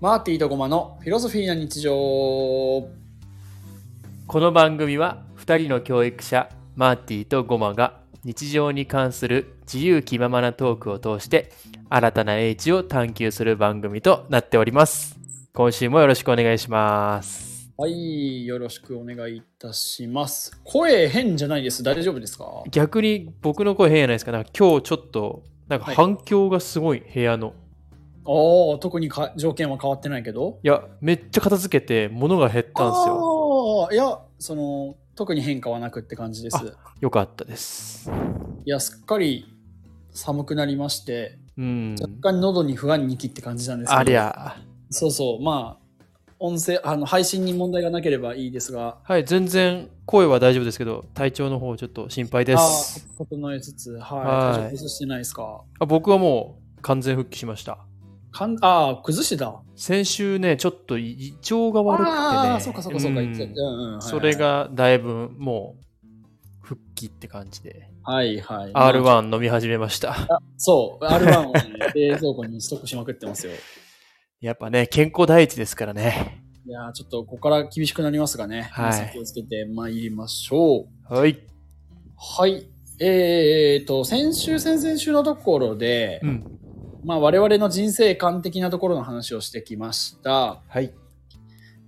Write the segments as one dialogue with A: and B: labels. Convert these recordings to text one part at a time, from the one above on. A: マーティーとゴマのフィロソフィーな日常
B: この番組は2人の教育者マーティとゴマが日常に関する自由気ままなトークを通して新たな英知を探求する番組となっております今週もよろしくお願いします
A: はいよろしくお願いいたします声変じゃないです大丈夫ですか
B: 逆に僕の声変やないですかなんか今日ちょっとなんか
A: はい
B: 反響がすごい部屋の、い、
A: ああ特にか条件は変わってないけど
B: やめっちゃ片付けて物が減ったんですよ
A: ああいやその特に変化はなくって感じです
B: あよかったです
A: いやすっかり寒くなりまして
B: うん
A: 若干喉に不安にきって感じなんですけど
B: ありゃ
A: そうそうまあ音声あの配信に問題がなければいいですが
B: はい全然声は大丈夫ですけど体調の方ちょっと心配で
A: あ
B: す
A: ー整えつつ
B: は
A: は
B: い
A: い体調崩してないですか
B: あ僕はもう完全復帰しました
A: かんああ崩してた
B: 先週ねちょっと胃腸が悪くてね
A: ああそうかそうかそうか、言
B: ん
A: ってたうんうんはいはい
B: それがだいぶもう復帰って感じで
A: はいはい
B: R1 飲み始めました
A: あそう R1 を、ね、 冷蔵庫にストックしまくってますよ
B: やっぱね健康第一ですからね
A: いやーちょっとここから厳しくなりますがね、
B: はい
A: 皆さん気をつけてまいりましょう。
B: はい
A: はい。えー、と、先週、先々週のところで、
B: うん
A: まあ我々の人生観的なところの話をしてきました。
B: はい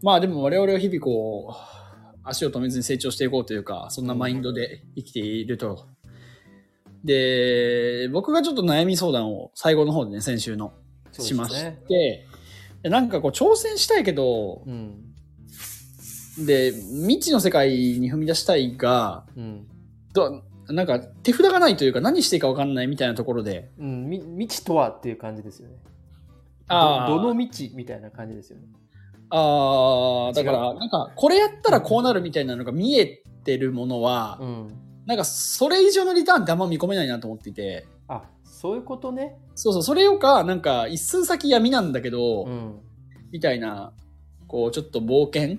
A: まあでも我々は日々こう、足を止めずに成長していこうというか、そんなマインドで生きていると。で、僕がちょっと悩み相談を最後の方でね、先週の、
B: そうですね
A: しまして、でなんかこう挑戦したいけど、
B: うん
A: で未知の世界に踏み出したいが
B: うん、
A: どなんか手札がないというか何していいか分かんないみたいなところで
B: うん、み未知とはっていう感じですよね
A: あー
B: どどの未知みたいな感じですよね
A: あーだか
B: 違
A: ら
B: う
A: なんかこれやったらこうなるみたいなのが見えてるものは、
B: うん
A: なんかそれ以上のリターンってあんま見込めないなと思っていて
B: あそういうことね
A: そうそうそれよかなんか一寸先闇なんだけど、
B: うん
A: みたいなこうちょっと冒険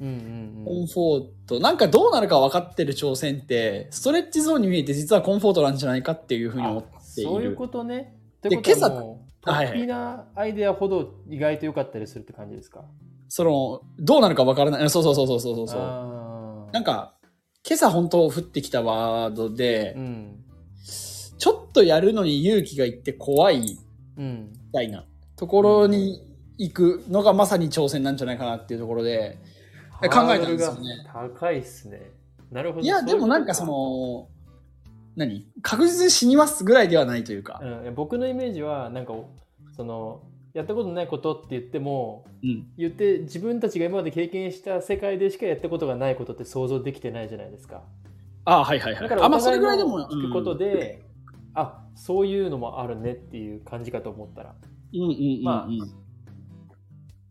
B: うんうん
A: コ
B: うん
A: ンフォートなんかどうなるか分かってる挑戦ってストレッチゾーンに見えて実はコンフォートなんじゃないかっていうふうに思っている
B: そういうことね。
A: で
B: ということは
A: 今朝
B: もう
A: はい
B: 突飛なアイデアほど意外と良かったりするって感じですか。
A: そのどうなるかわからないそうそうそうそうそうそうそう
B: あー
A: なんか今朝本当降ってきたワードで、
B: うん
A: ちょっとやるのに勇気がいって怖いみ
B: うん
A: たいなところに行くのがまさに挑戦なんじゃないかなっていうところでえ考えたんですよね
B: ハードルが高いですね。なるほど。
A: いやでもなんかその何確実に死にますぐらいではないというか
B: そういうことか、うん、僕のイメージはなんかそのやったことないことって言っても
A: うん、
B: 言って自分たちが今まで経験した世界でしかやったことがないことって想像できてないじゃないですか。
A: ああはいはいは
B: だ
A: い
B: から
A: あ
B: お
A: まあそ
B: 互
A: れ
B: い
A: ぐ
B: の
A: らいでも
B: 聞くことで、あそういうのもあるねっていう感じかと思ったら。
A: うんうんうんうん、
B: ま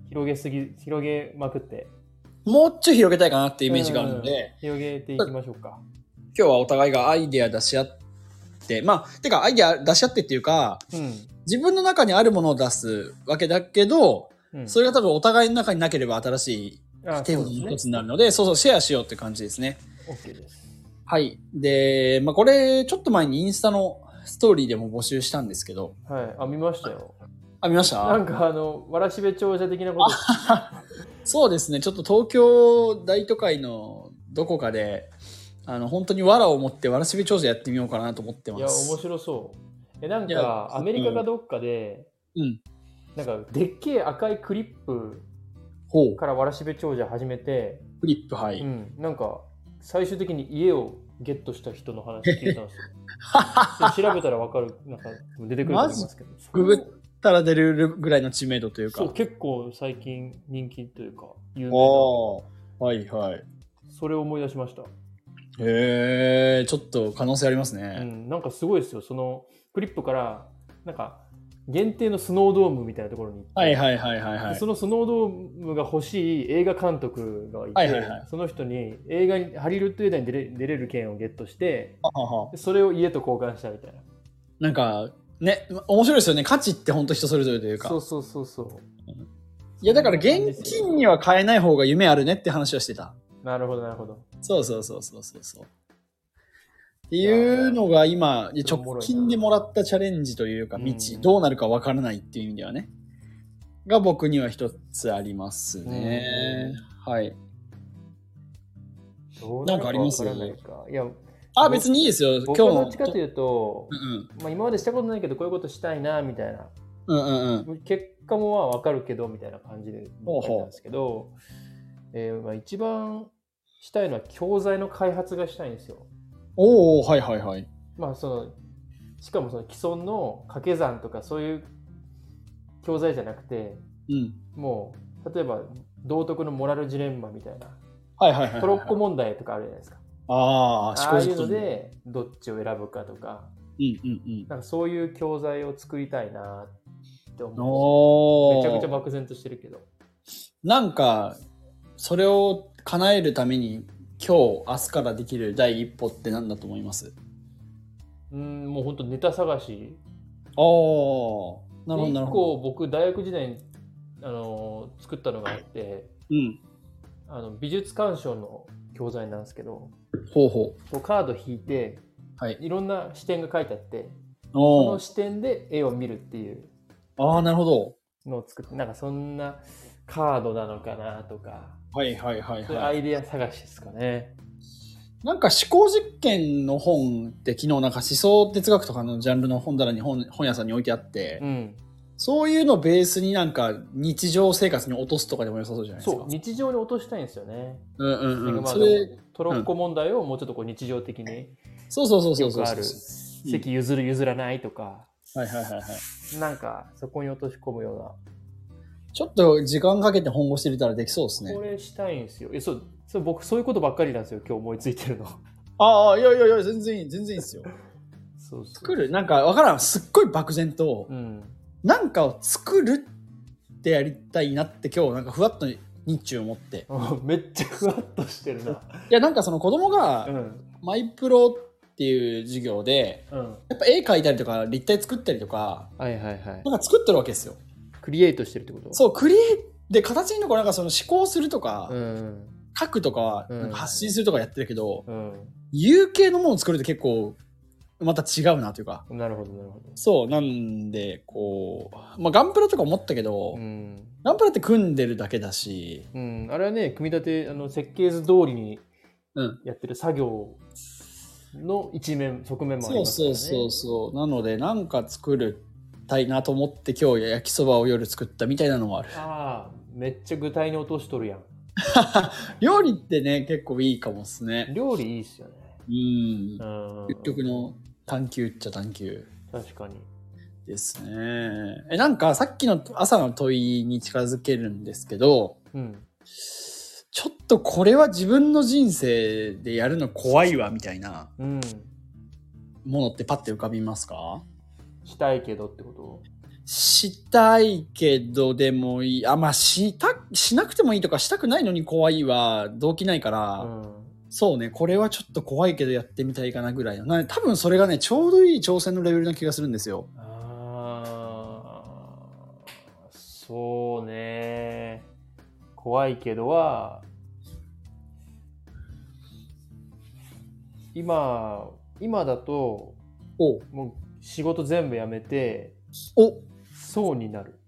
B: 広げすぎ広げまくって
A: もうちょい広げたいかなっていうイメージがあるので、
B: 広げていきましょうか
A: 今日はお互いがアイデア出し合ってまあてかアイデア出し合ってっていうか
B: うん、
A: 自分の中にあるものを出すわけだけど、
B: うん、
A: それが多分お互いの中になければ新しい
B: あ
A: 手
B: そ
A: を
B: うです
A: 一
B: ね
A: つになるので、そうそう、シェアしようって感じですね。
B: OK です
A: はい。で、まあ、これ、ちょっと前にインスタのストーリーでも募集したんですけど、
B: はいあ見ましたよ
A: あ、見まし
B: な
A: た
B: んかあのわらしべ長者的なこと
A: そうですね、ちょっと東京大都会のどこかで、あの、本当に藁を持ってわらしべ長者やってみようかなと思って
B: い
A: ま
B: や
A: す。
B: 面白そうえなん
A: いや
B: かアメリカかどっかで、
A: うん。
B: なんかでっけえ赤いクリップ
A: ほう。
B: からわらしべ長者始めて、
A: フリップ、はい。
B: うん、なんか最終的に家をゲットした人の話聞いたん ですよそれ調べたらわかるなんか出てくると思いますけど
A: ググったら出るぐらいの知名度というか。
B: そう結構最近人気というか有名な
A: おーはいはい。
B: それを思い出しました、
A: へえ、ちょっと可能性あります
B: う
A: ね。
B: ん、なんかすごいですよそのクリップからなんか限定のスノードームみたいなところに行って、
A: はいはいはいはいは
B: で
A: い
B: そ。のスノードームが欲しい映画監督がいて、
A: はいはいはい
B: その人に映画にハリウッド映画に出れ出れる券をゲットして
A: ははは
B: でそれを家と交換したみたいな
A: なんか、ね、面白いですよね。価値って本当人それぞれというか。
B: そうそうそうそう
A: いや、だから現金には買えない方が夢あるねって話はしてた。
B: なるほどなるほど
A: そうそうそうそうそうそう。っていうのが今、
B: やー
A: 直近でもらったチャレンジというか、
B: うん
A: 道、どうなるかわからないっていう意味ではね。が僕には一つありますね。はい。
B: どう
A: なんかあります
B: わからないかいや、
A: あ、別にいいですよ。今
B: 僕
A: 日
B: はど
A: も
B: っちかというと
A: う、ん
B: まあ、今までしたことないけど、こういうことしたいな、みたいな。
A: うんうんうんうん。
B: 結果もまあ分かるけどみたいな感じで
A: ほうほ
B: 書
A: う
B: いたんですけど、えーまあ、一番したいのは教材の開発がしたいんですよ。
A: おおはいはいはい。
B: まあ、そのしかもその既存の掛け算とかそういう教材じゃなくて
A: うん。
B: もう例えば道徳のモラルジレンマみたいな
A: はいはいはいはい。
B: トロッコ問題とかあるじゃないですか。
A: ああ、
B: ああいうの
A: 思考実験。
B: でどっちを選ぶかとか
A: うんうん
B: なんかそういう教材を作りたいなって
A: うん。
B: 思う
A: お
B: め
A: お。
B: ちゃくちゃ漠然としてるけど。
A: なんか、それを叶えるために、今日、明日からできる第一歩って何だと思います
B: うんもう本当ネタ探し
A: ああ、なるほど、なるほ
B: 一
A: ど。
B: 個僕大学時代にあの作ったのがあって
A: うん。
B: あの美術鑑賞の教材なんですけど
A: ほうほ
B: こうカード引いて
A: う。はい。
B: いろんな視点が書いてあってそ
A: お
B: の視点で絵を見るっていう
A: ああ、なるほど。
B: のを作ってなんかそんなカードなのかなとか
A: はいはいはい
B: そういう
A: は
B: ア
A: い。
B: イデア探しですかね。
A: なんか思考実験の本って昨日なんか思想哲学とかのジャンルの本棚に本本屋さんに置いてあって、
B: うん、
A: そういうのベースになんか日常生活に落とすとかでも良さそうじゃないです
B: そ
A: か
B: う。日常に落としたいんですよね。
A: うんうん
B: シグ
A: うん。
B: マ
A: そ
B: ドの
A: れ、
B: トロッコ問題をもうちょっとこう日常的に
A: そうそうそうそ
B: よ
A: うそう
B: くある
A: うん
B: 席譲る譲らないとか
A: はいはいはいはい。
B: なんかそこに落とし込むような
A: ちょっと時間かけて本腰入れたらできそうですね
B: こ。れしたいんですよ。え、そう、そう僕そういうことばっかりなんですよ。今日思いついて るの。
A: ああ、いやいやいや、全然いい、全然いいですよ。
B: そうそう
A: 作る、なんかわからん、すっごい漠然と
B: う、ん。
A: なんかを作るってやりたいなって今日なんかふわっと日中思って。い
B: めっちゃふわっとして るな。
A: や、なんかその子供
B: う
A: が
B: ん。
A: マイプロっていう授業で、
B: うん。
A: やっぱ絵描いたりとか立体作ったりとか、
B: はいはいはい。
A: なんか作ってるわけですよ。
B: クリエイトしてるってこと
A: そう、クリエイで形にのこうなんかその思考するとか、
B: うん。
A: 書くとか、
B: うん
A: なんか発信するとかやってるけど、
B: うん。
A: 有形のものを作るって結構また違うなというか。
B: なるほどなるほど。
A: そう、なんで、こう、まあ、ガンプラとか思ったけど、
B: うん。
A: ガンプラって組んでるだけだし、
B: うん。あれはね、組み立て、あの、設計図通りに
A: うん
B: やってる作業の一面、側面もあり
A: そう
B: ますから
A: そ
B: ね。
A: うそうそう、なので、なんか作るたいなと思って、今日焼きそばを夜作ったみたいなのもある。
B: ああ、めっちゃ具体に落としとるやん。
A: 料理ってね、結構いいかもっすね。
B: 料理いいっすよね。
A: うん
B: う。ん。
A: 結局の探求っちゃ探求
B: 確かに。
A: ですね。え、なんかさっきの朝の問いに近づけるんですけど、
B: うん。
A: ちょっとこれは自分の人生でやるの怖いわみたいな
B: うん。
A: ものってパッて浮かびますか
B: したいけどってこと
A: したいけどでもいい。あ、まあ、した、しなくてもいいとか、したくないのに怖いは動機ないから、
B: うん
A: そうね、これはちょっと怖いけどやってみたいかなぐらいの。な多分それがね、ちょうどいい挑戦のレベルな気がするんですよ。
B: あーそうね怖いけどは今今だと
A: お
B: もう仕事全部やめて
A: お
B: 層になる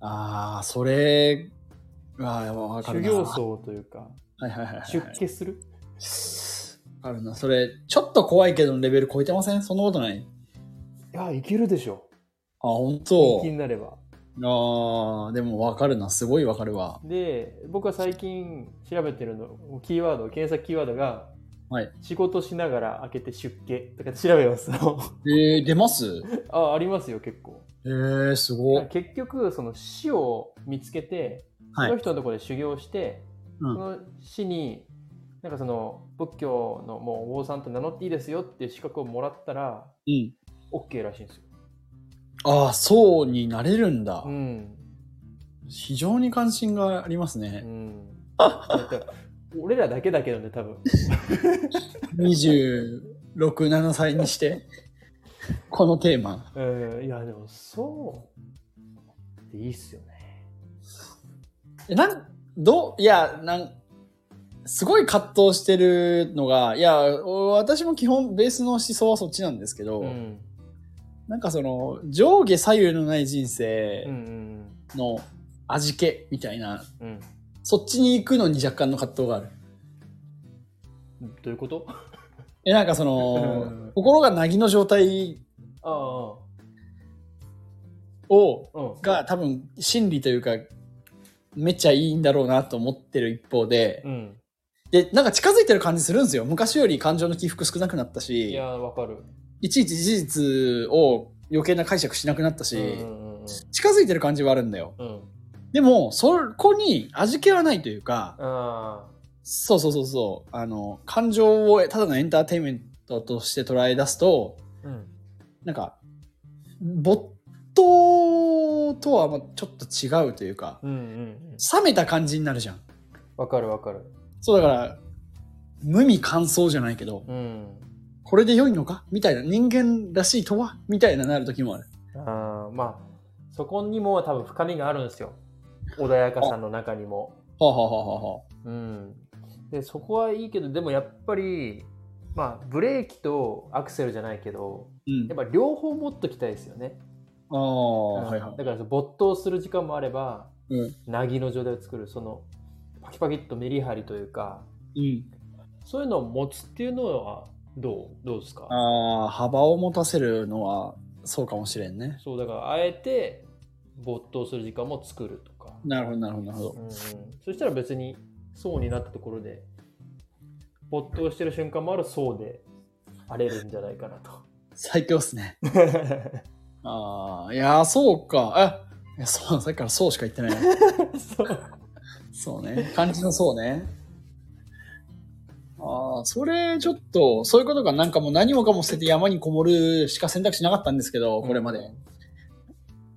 A: ああ、それはわか
B: 修
A: るな。
B: 行僧というか
A: はいはいはい、はい。
B: 出家する
A: あるな。それ、ちょっと怖いけどのレベル超えてませんそんなことない
B: いやいけるでしょ
A: あ、本
B: 本
A: 当
B: 気になれば
A: ああ、でもわかるな。すごいわかるわ。
B: で僕は最近調べてるのキーワード検索キーワードが、
A: はい
B: 仕事しながら開けて出家とかって調べます
A: えー、出ます
B: あありますよ結構
A: えー、すごい。
B: 結局その死を見つけて、
A: はい
B: その人のところで修行して、
A: うん
B: その死になんかその仏教のもうお坊さんと名乗っていいですよっていう資格をもらったら
A: うん。
B: OK らしいんですよ、
A: ああ、そうになれるんだ。
B: うん
A: 非常に関心があります
B: う
A: ね。
B: ん、俺らだけだけどね多分
A: 26、7歳にして、 このテーマ。
B: うんいやでもそうっていいっすよね。
A: えなん、どう、いや、なん、すごい葛藤してるのが、いや、私も基本ベースの思想はそっちなんですけど、
B: うん
A: なんかその、上下左右のない人生
B: うん
A: の味気みたいな、
B: うんうん
A: そっちに行くのに若干の葛藤がある。
B: うんどういうこと
A: え、なんかそうの
B: ん、
A: 心が凪の状態
B: ああ
A: を、
B: うん
A: が多分真理というか、めっちゃいいんだろうなと思ってる一方で、
B: うん
A: で、なんか近づいてる感じするんですよ。昔より感情の起伏少なくなった
B: い
A: し
B: や、わかる
A: いちいち事実を余計な解釈しなくなったし、
B: うんうん
A: 近づいてる感じはあるんだよ。
B: うんうん
A: でも、そこに味気はないというか、
B: あ
A: そうそうそうそう、あの、感情をただのエンターテインメントとして捉え出すと、
B: あうん
A: なんか、没頭とはまあちょっと違うというか、
B: うんうん
A: 冷めた感じになるじゃん。
B: わかるわかる
A: そうだから、無味乾燥じゃないけど、
B: うん
A: これで良いのかみたいな、人間らしいとはみたいななる時もある。
B: ああまあそこにも多分深みがあるんですよ穏やかさの中にも
A: はあ、はあはあはあは
B: うんでそこはいいけどでもやっぱりまあブレーキとアクセルじゃないけど
A: うん
B: やっぱ両方持っときたいですよね、
A: ああ、
B: うん
A: はいはい。
B: だからその没頭する時間もあれば
A: うん
B: なぎ、凪の状態を作るそのパキパキっとメリハリというか
A: うん。
B: そういうのを持つっていうのはどうどうですか
A: ああ、幅を持たせるのはそうかもしれんね。
B: そうだからあえて没頭する時間も作るとか、
A: なるほど、なるほど、なるほ
B: う
A: ど。
B: んうん、そしたら別に層になったところで没頭してる瞬間もある層で荒れるんじゃないかなと。
A: 最強っすね。ああ、いやー、そうか。あいやそう、さっきからそうしか言ってない。
B: そう
A: そうね。漢字のそうね。ああ、それ、ちょっと、そういうことが、なんかもう何もかも捨てて山にこもるしか選択肢なかったんですけ ど、これまで。い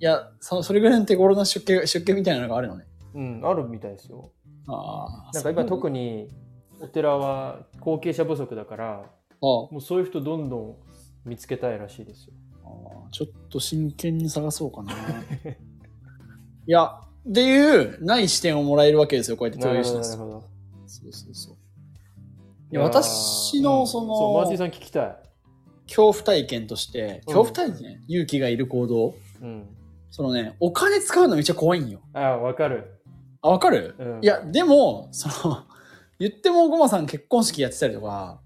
A: や、そそれぐらいの手頃な出家、出家みたいなのがあるのね。
B: うん、あるみたいですよ。
A: ああ、
B: なんか今
A: に。
B: 特にお寺は後継者不足だか
A: あ
B: ら、もうそういう人どんどん見つけたいらしいですよ。
A: あーちょっと真剣に探そうかな。い や、っていう、ない視点をもらえるわけですよ、こうやって共有します。
B: ほど。
A: そうそうそう。いや私の
B: うん
A: その
B: そうマーティさん聞きたい。
A: 恐怖体験として、
B: う
A: 恐
B: ん
A: 怖体験、勇気がいる行動。
B: うん。
A: そのね、お金使うのめっちゃ怖いんよ。
B: ああ、わかる。
A: あ、わかる、
B: うん
A: いや、でも、その、言ってもごまさん結婚式やってたりとか、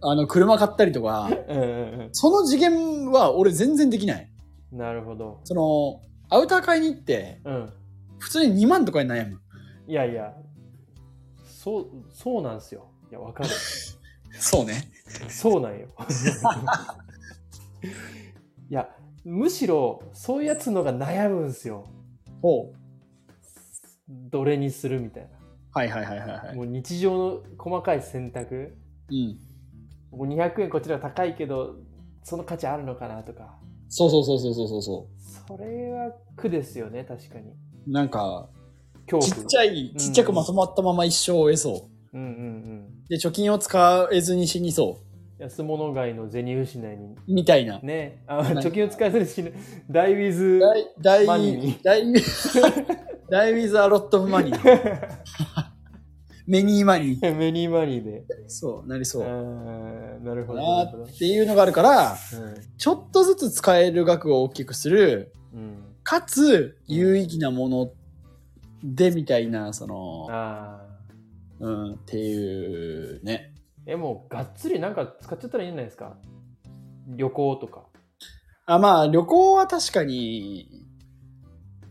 A: あの、車買ったりとか、
B: うんうん
A: その次元は俺全然できない。
B: うん。なるほど。
A: その、アウター買いに行って、
B: うん。
A: 普通に2万とかに悩む。
B: いやいや、そう、そうなんですよ。いや、わ かる。
A: そうね。
B: そうなんよ。いや、むしろ、そういうやつのが悩むんすよ。
A: ほう。
B: どれにするみたい
A: はいはいはいはいは
B: な。
A: い。
B: もう日常の細かい選択。
A: うん。
B: もう200円こっちら高いけど、その価値あるのかなとか。
A: そうそうそうそうそうそうそ
B: それは苦ですよね、確かに。
A: う。なんか、
B: 恐怖。
A: ちっちゃい、
B: ん
A: ちっちゃくまとまったまま一生を終えそう。
B: うんうんうん。
A: で、貯金を使えずに死にそ
B: 安物買いの銭失いに。
A: う。みたいな。
B: ね、あ
A: い
B: 貯金を使えずに死ぬ。ダイウィズ。
A: 大、大
B: マニ、
A: 大、大 with a lot of money. メニーマニー。
B: メニーマニーで。
A: そう、なりそうう。
B: ーんなるほど。な
A: な
B: るほど
A: ーっていうのがあるから、
B: う
A: ちょっとずつ使える額を大きくする、
B: んうん。
A: かつ有意義なものでみたいな、その、
B: ああ。
A: うん、っていうね。
B: え、もう、がっつりなんか使っちゃったらいいんじゃないですか。旅行とか。
A: あまあ旅行は確かに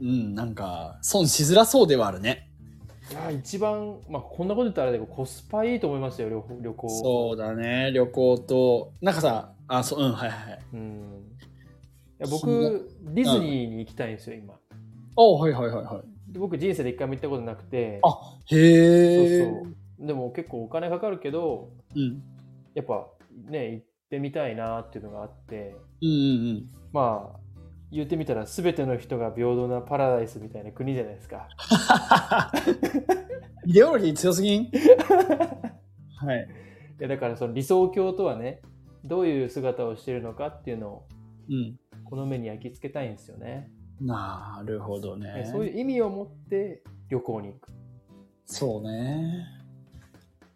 A: うんなんか損しづらそうではあるね
B: いや、一番、まあ、こんなこと言ったらあれだけど、コスパいいと思いますよ、旅行。旅行。
A: そうだね旅行となんかさあそううんはいはいはいう
B: ん。いや
A: そ
B: 僕、ディズニーに行きたいんですよ、今。
A: おはいはいはいはい
B: で僕、人生で一回も行ったことなくて。
A: あ
B: そう
A: へえ
B: そう。でも、結構お金かかるけど、
A: うん
B: やっぱ、ね、行ってみたいなっていうのがあって。
A: うんうんうん
B: まあ言ってみたら全ての人が平等なパラダイスみたいな国じゃないですか。
A: イデオロギー強すぎんはい
B: いやだからその理想郷とはねどういう姿をしているのかっていうのを
A: うん
B: この目に焼き付けたいんですよね。
A: なるほどね
B: そういう意味を持って旅行に行く。
A: そうね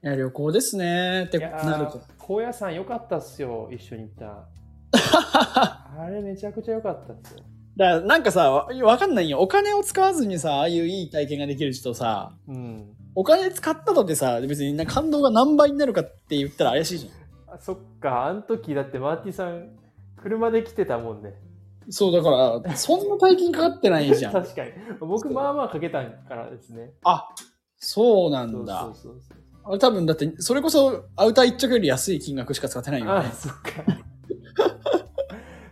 A: いや旅行ですねって
B: いや
A: なると
B: ー高野山良かったっすよ一緒に行った。あれめちゃくちゃ良かったっすよ。
A: だからなんかさ、わわかんないよ。お金を使わずにさ、ああいういい体験ができる人とさ、
B: うん。
A: お金使ったとってさ、別にな感動が何倍になるかって言ったら怪しいじゃ
B: あそっか、あの時だってマーティさん、車で来てたもんね。
A: ん。そう、だから、そんな大金かかってないじ ゃん。
B: 確かに。僕、まあまあかけたからですね。
A: あ、そうな
B: そ
A: ん
B: う
A: だ。
B: そうそうそう。
A: あれ多分だって、それこそアウター一着より安い金額しか使ってないよ
B: あ
A: ね。
B: そっか。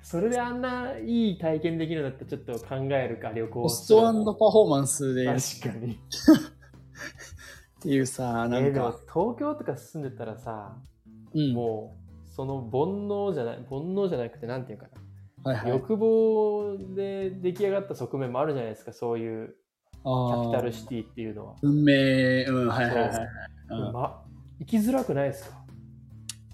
B: それであんないい体験できるんだったらちょっと考えるか、旅行
A: コストパフォーマンスでっ
B: 確かに。
A: ていうさ、な
B: えー
A: ん
B: でも
A: か、
B: 東京とか住んでたらさ、
A: うん、は
B: もうその煩悩じゃない、煩悩じゃなくてなんていうか
A: い
B: な、
A: はい。
B: 欲望で出来上がった側面もあるじゃないですか、そういうキャピタルシティっていうのは。
A: 運命、うん、はいはいはいはい。うん
B: ま、生きづらくないですか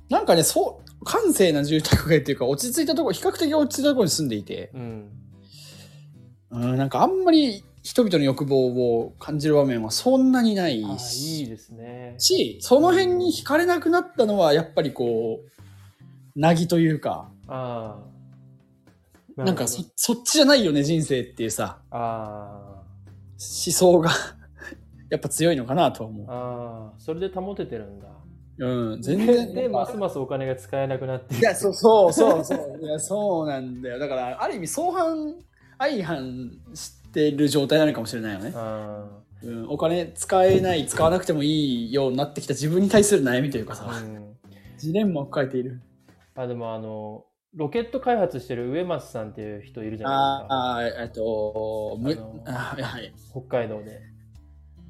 A: なんかね、そう、閑静な住宅街というか、落ち着いたとこ、比較的落ち着いたところに住んでいて、
B: うん。
A: うん、なんかあんまり人々の欲望を感じる場面はそんなにない
B: あーい
A: し、
B: いですね。
A: しその辺に惹かれなくなったのは、やっぱりこう、なぎというか、
B: ああ。
A: なんかそそっちじゃないよね、人生っていうさ、
B: あ
A: 思想が。 やっぱ強いのかなとは
B: あ
A: 思
B: ああそれで保ててるんだ
A: う。うん、全然。
B: でますますお金が使えなくなって
A: いや、そうそうそう そう。いや、そうなんだよ。だから、ある意味、相反、相反してる状態なのかもしれないよね。
B: あ
A: うん、お金使えない、使わなくてもいいようになってきた自分に対する悩みというか
B: あ、
A: さ、
B: うん、
A: ジレンマを抱えている。
B: あでもあのロケット開発してる植松さんっていう人いるじゃ
A: あ
B: な
A: あ、えっと、む
B: あの、
A: あはい、
B: いですか北海道で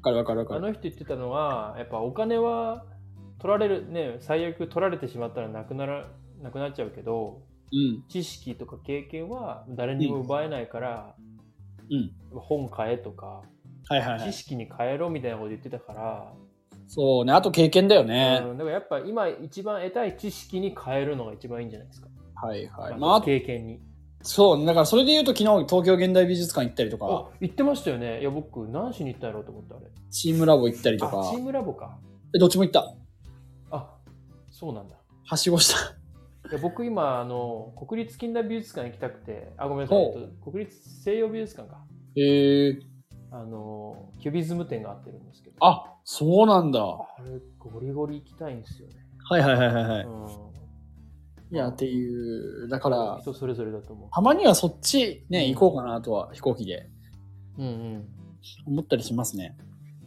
A: わかるわかるわか
B: あ
A: る。
B: の人言ってたのはやっぱお金は取られるね最悪取られてしまったらなくならなくなっちゃうけど
A: うん、
B: 知識とか経験は誰にも奪えないから、
A: うん。
B: 本買えとか
A: はいはいは
B: 知
A: い。
B: 識に変えろみたいなこと言ってたから、
A: そうね、あと経験だよ
B: う
A: ね。
B: んだからやっぱ今一番得たい知識に変えるのが一番いいんじゃないですか。
A: はいはい。
B: ま
A: ま
B: あ、
A: あ、
B: 経験に。
A: そうね、だからそれで言うと、昨日、東京現代美術館行ったりとか
B: あ、言ってましたよね。いや、僕、何しに行ったんやろうと思ったあれ。
A: チームラボ行ったりと
B: あ、
A: か
B: チー、ムラボか。
A: えどっちも行った。
B: あ、そうなんだ。
A: はしごした。
B: いや僕今あの国立近代美術館行きたくてあごめんなさい、
A: ほう
B: えっと国立西洋美術館か
A: へえ。
B: あのキュビズム展があってるんですけど
A: あ、そうなんだ。は
B: あれゴリゴリ行きたいんですよね、
A: いはいはいはい。はい
B: うん、
A: いや、って
B: う
A: いう、だから、
B: 人それぞれだと思
A: たまにはそっちね、
B: うん
A: 行こうかなとは飛行機で
B: ううんうん
A: 思ったりしますね。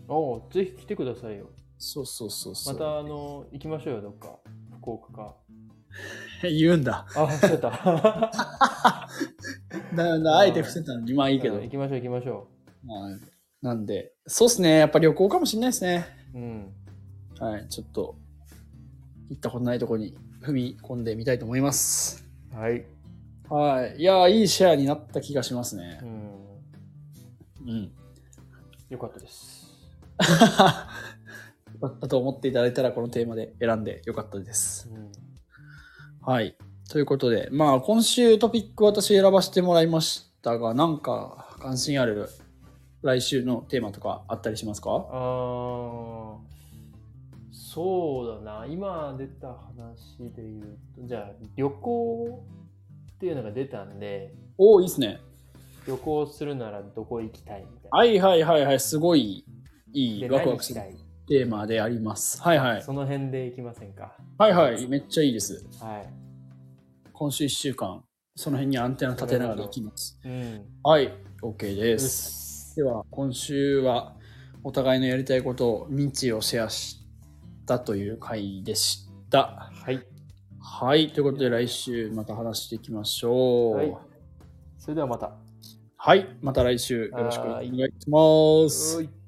B: おうぜひ来てくださいよ
A: そうそうそうそ
B: ま
A: う。
B: たあの行きましょうよどっか福岡か
A: 言うんだ。
B: あそうやった
A: だだあえて伏せたのに、 まあいいけど
B: うん。行きましょう行きましょ
A: まあ、なんで、そうっすね。やっぱ旅行かもしれないですね。
B: ううん
A: はい、ちょっと、行ったことないとこに踏み込んでみたいと思います。
B: はい、
A: はい。いやー、いいシェアになった気がしますね
B: う。ん、
A: うん。
B: よかったです
A: だったと思っていただいたら、このテーマで選んでよかったです。
B: うん
A: はい。ということで、まあ、今週トピック私選ばせてもらいましたが、なんか関心ある来週のテーマとかあったりしますか
B: あーそうだな今出た話で言うとじゃあ旅行っていうのが出たんで
A: おお、いいっすね。
B: 旅行するならどこ行きたいみたいな、
A: はいはいはいはい、すごいいい
B: で
A: ワク
B: 何
A: ワ
B: 行
A: ク
B: き
A: す
B: た
A: る
B: い
A: テーマであります。はいはい。
B: その辺で行きませんか
A: はいはい、めっちゃいいです。
B: はい
A: 今週1週間、その辺にアンテナ立てながら行きます。
B: うん
A: はい、OK
B: う
A: で
B: っ
A: す。
B: す
A: では、今週はお互いのやりたいことを、ミンチをシェアしたという回でした。
B: はい
A: はい、ということで来週また話していきましょう。は
B: はいい、それではまた
A: また来週よろしくお願いします。
B: はい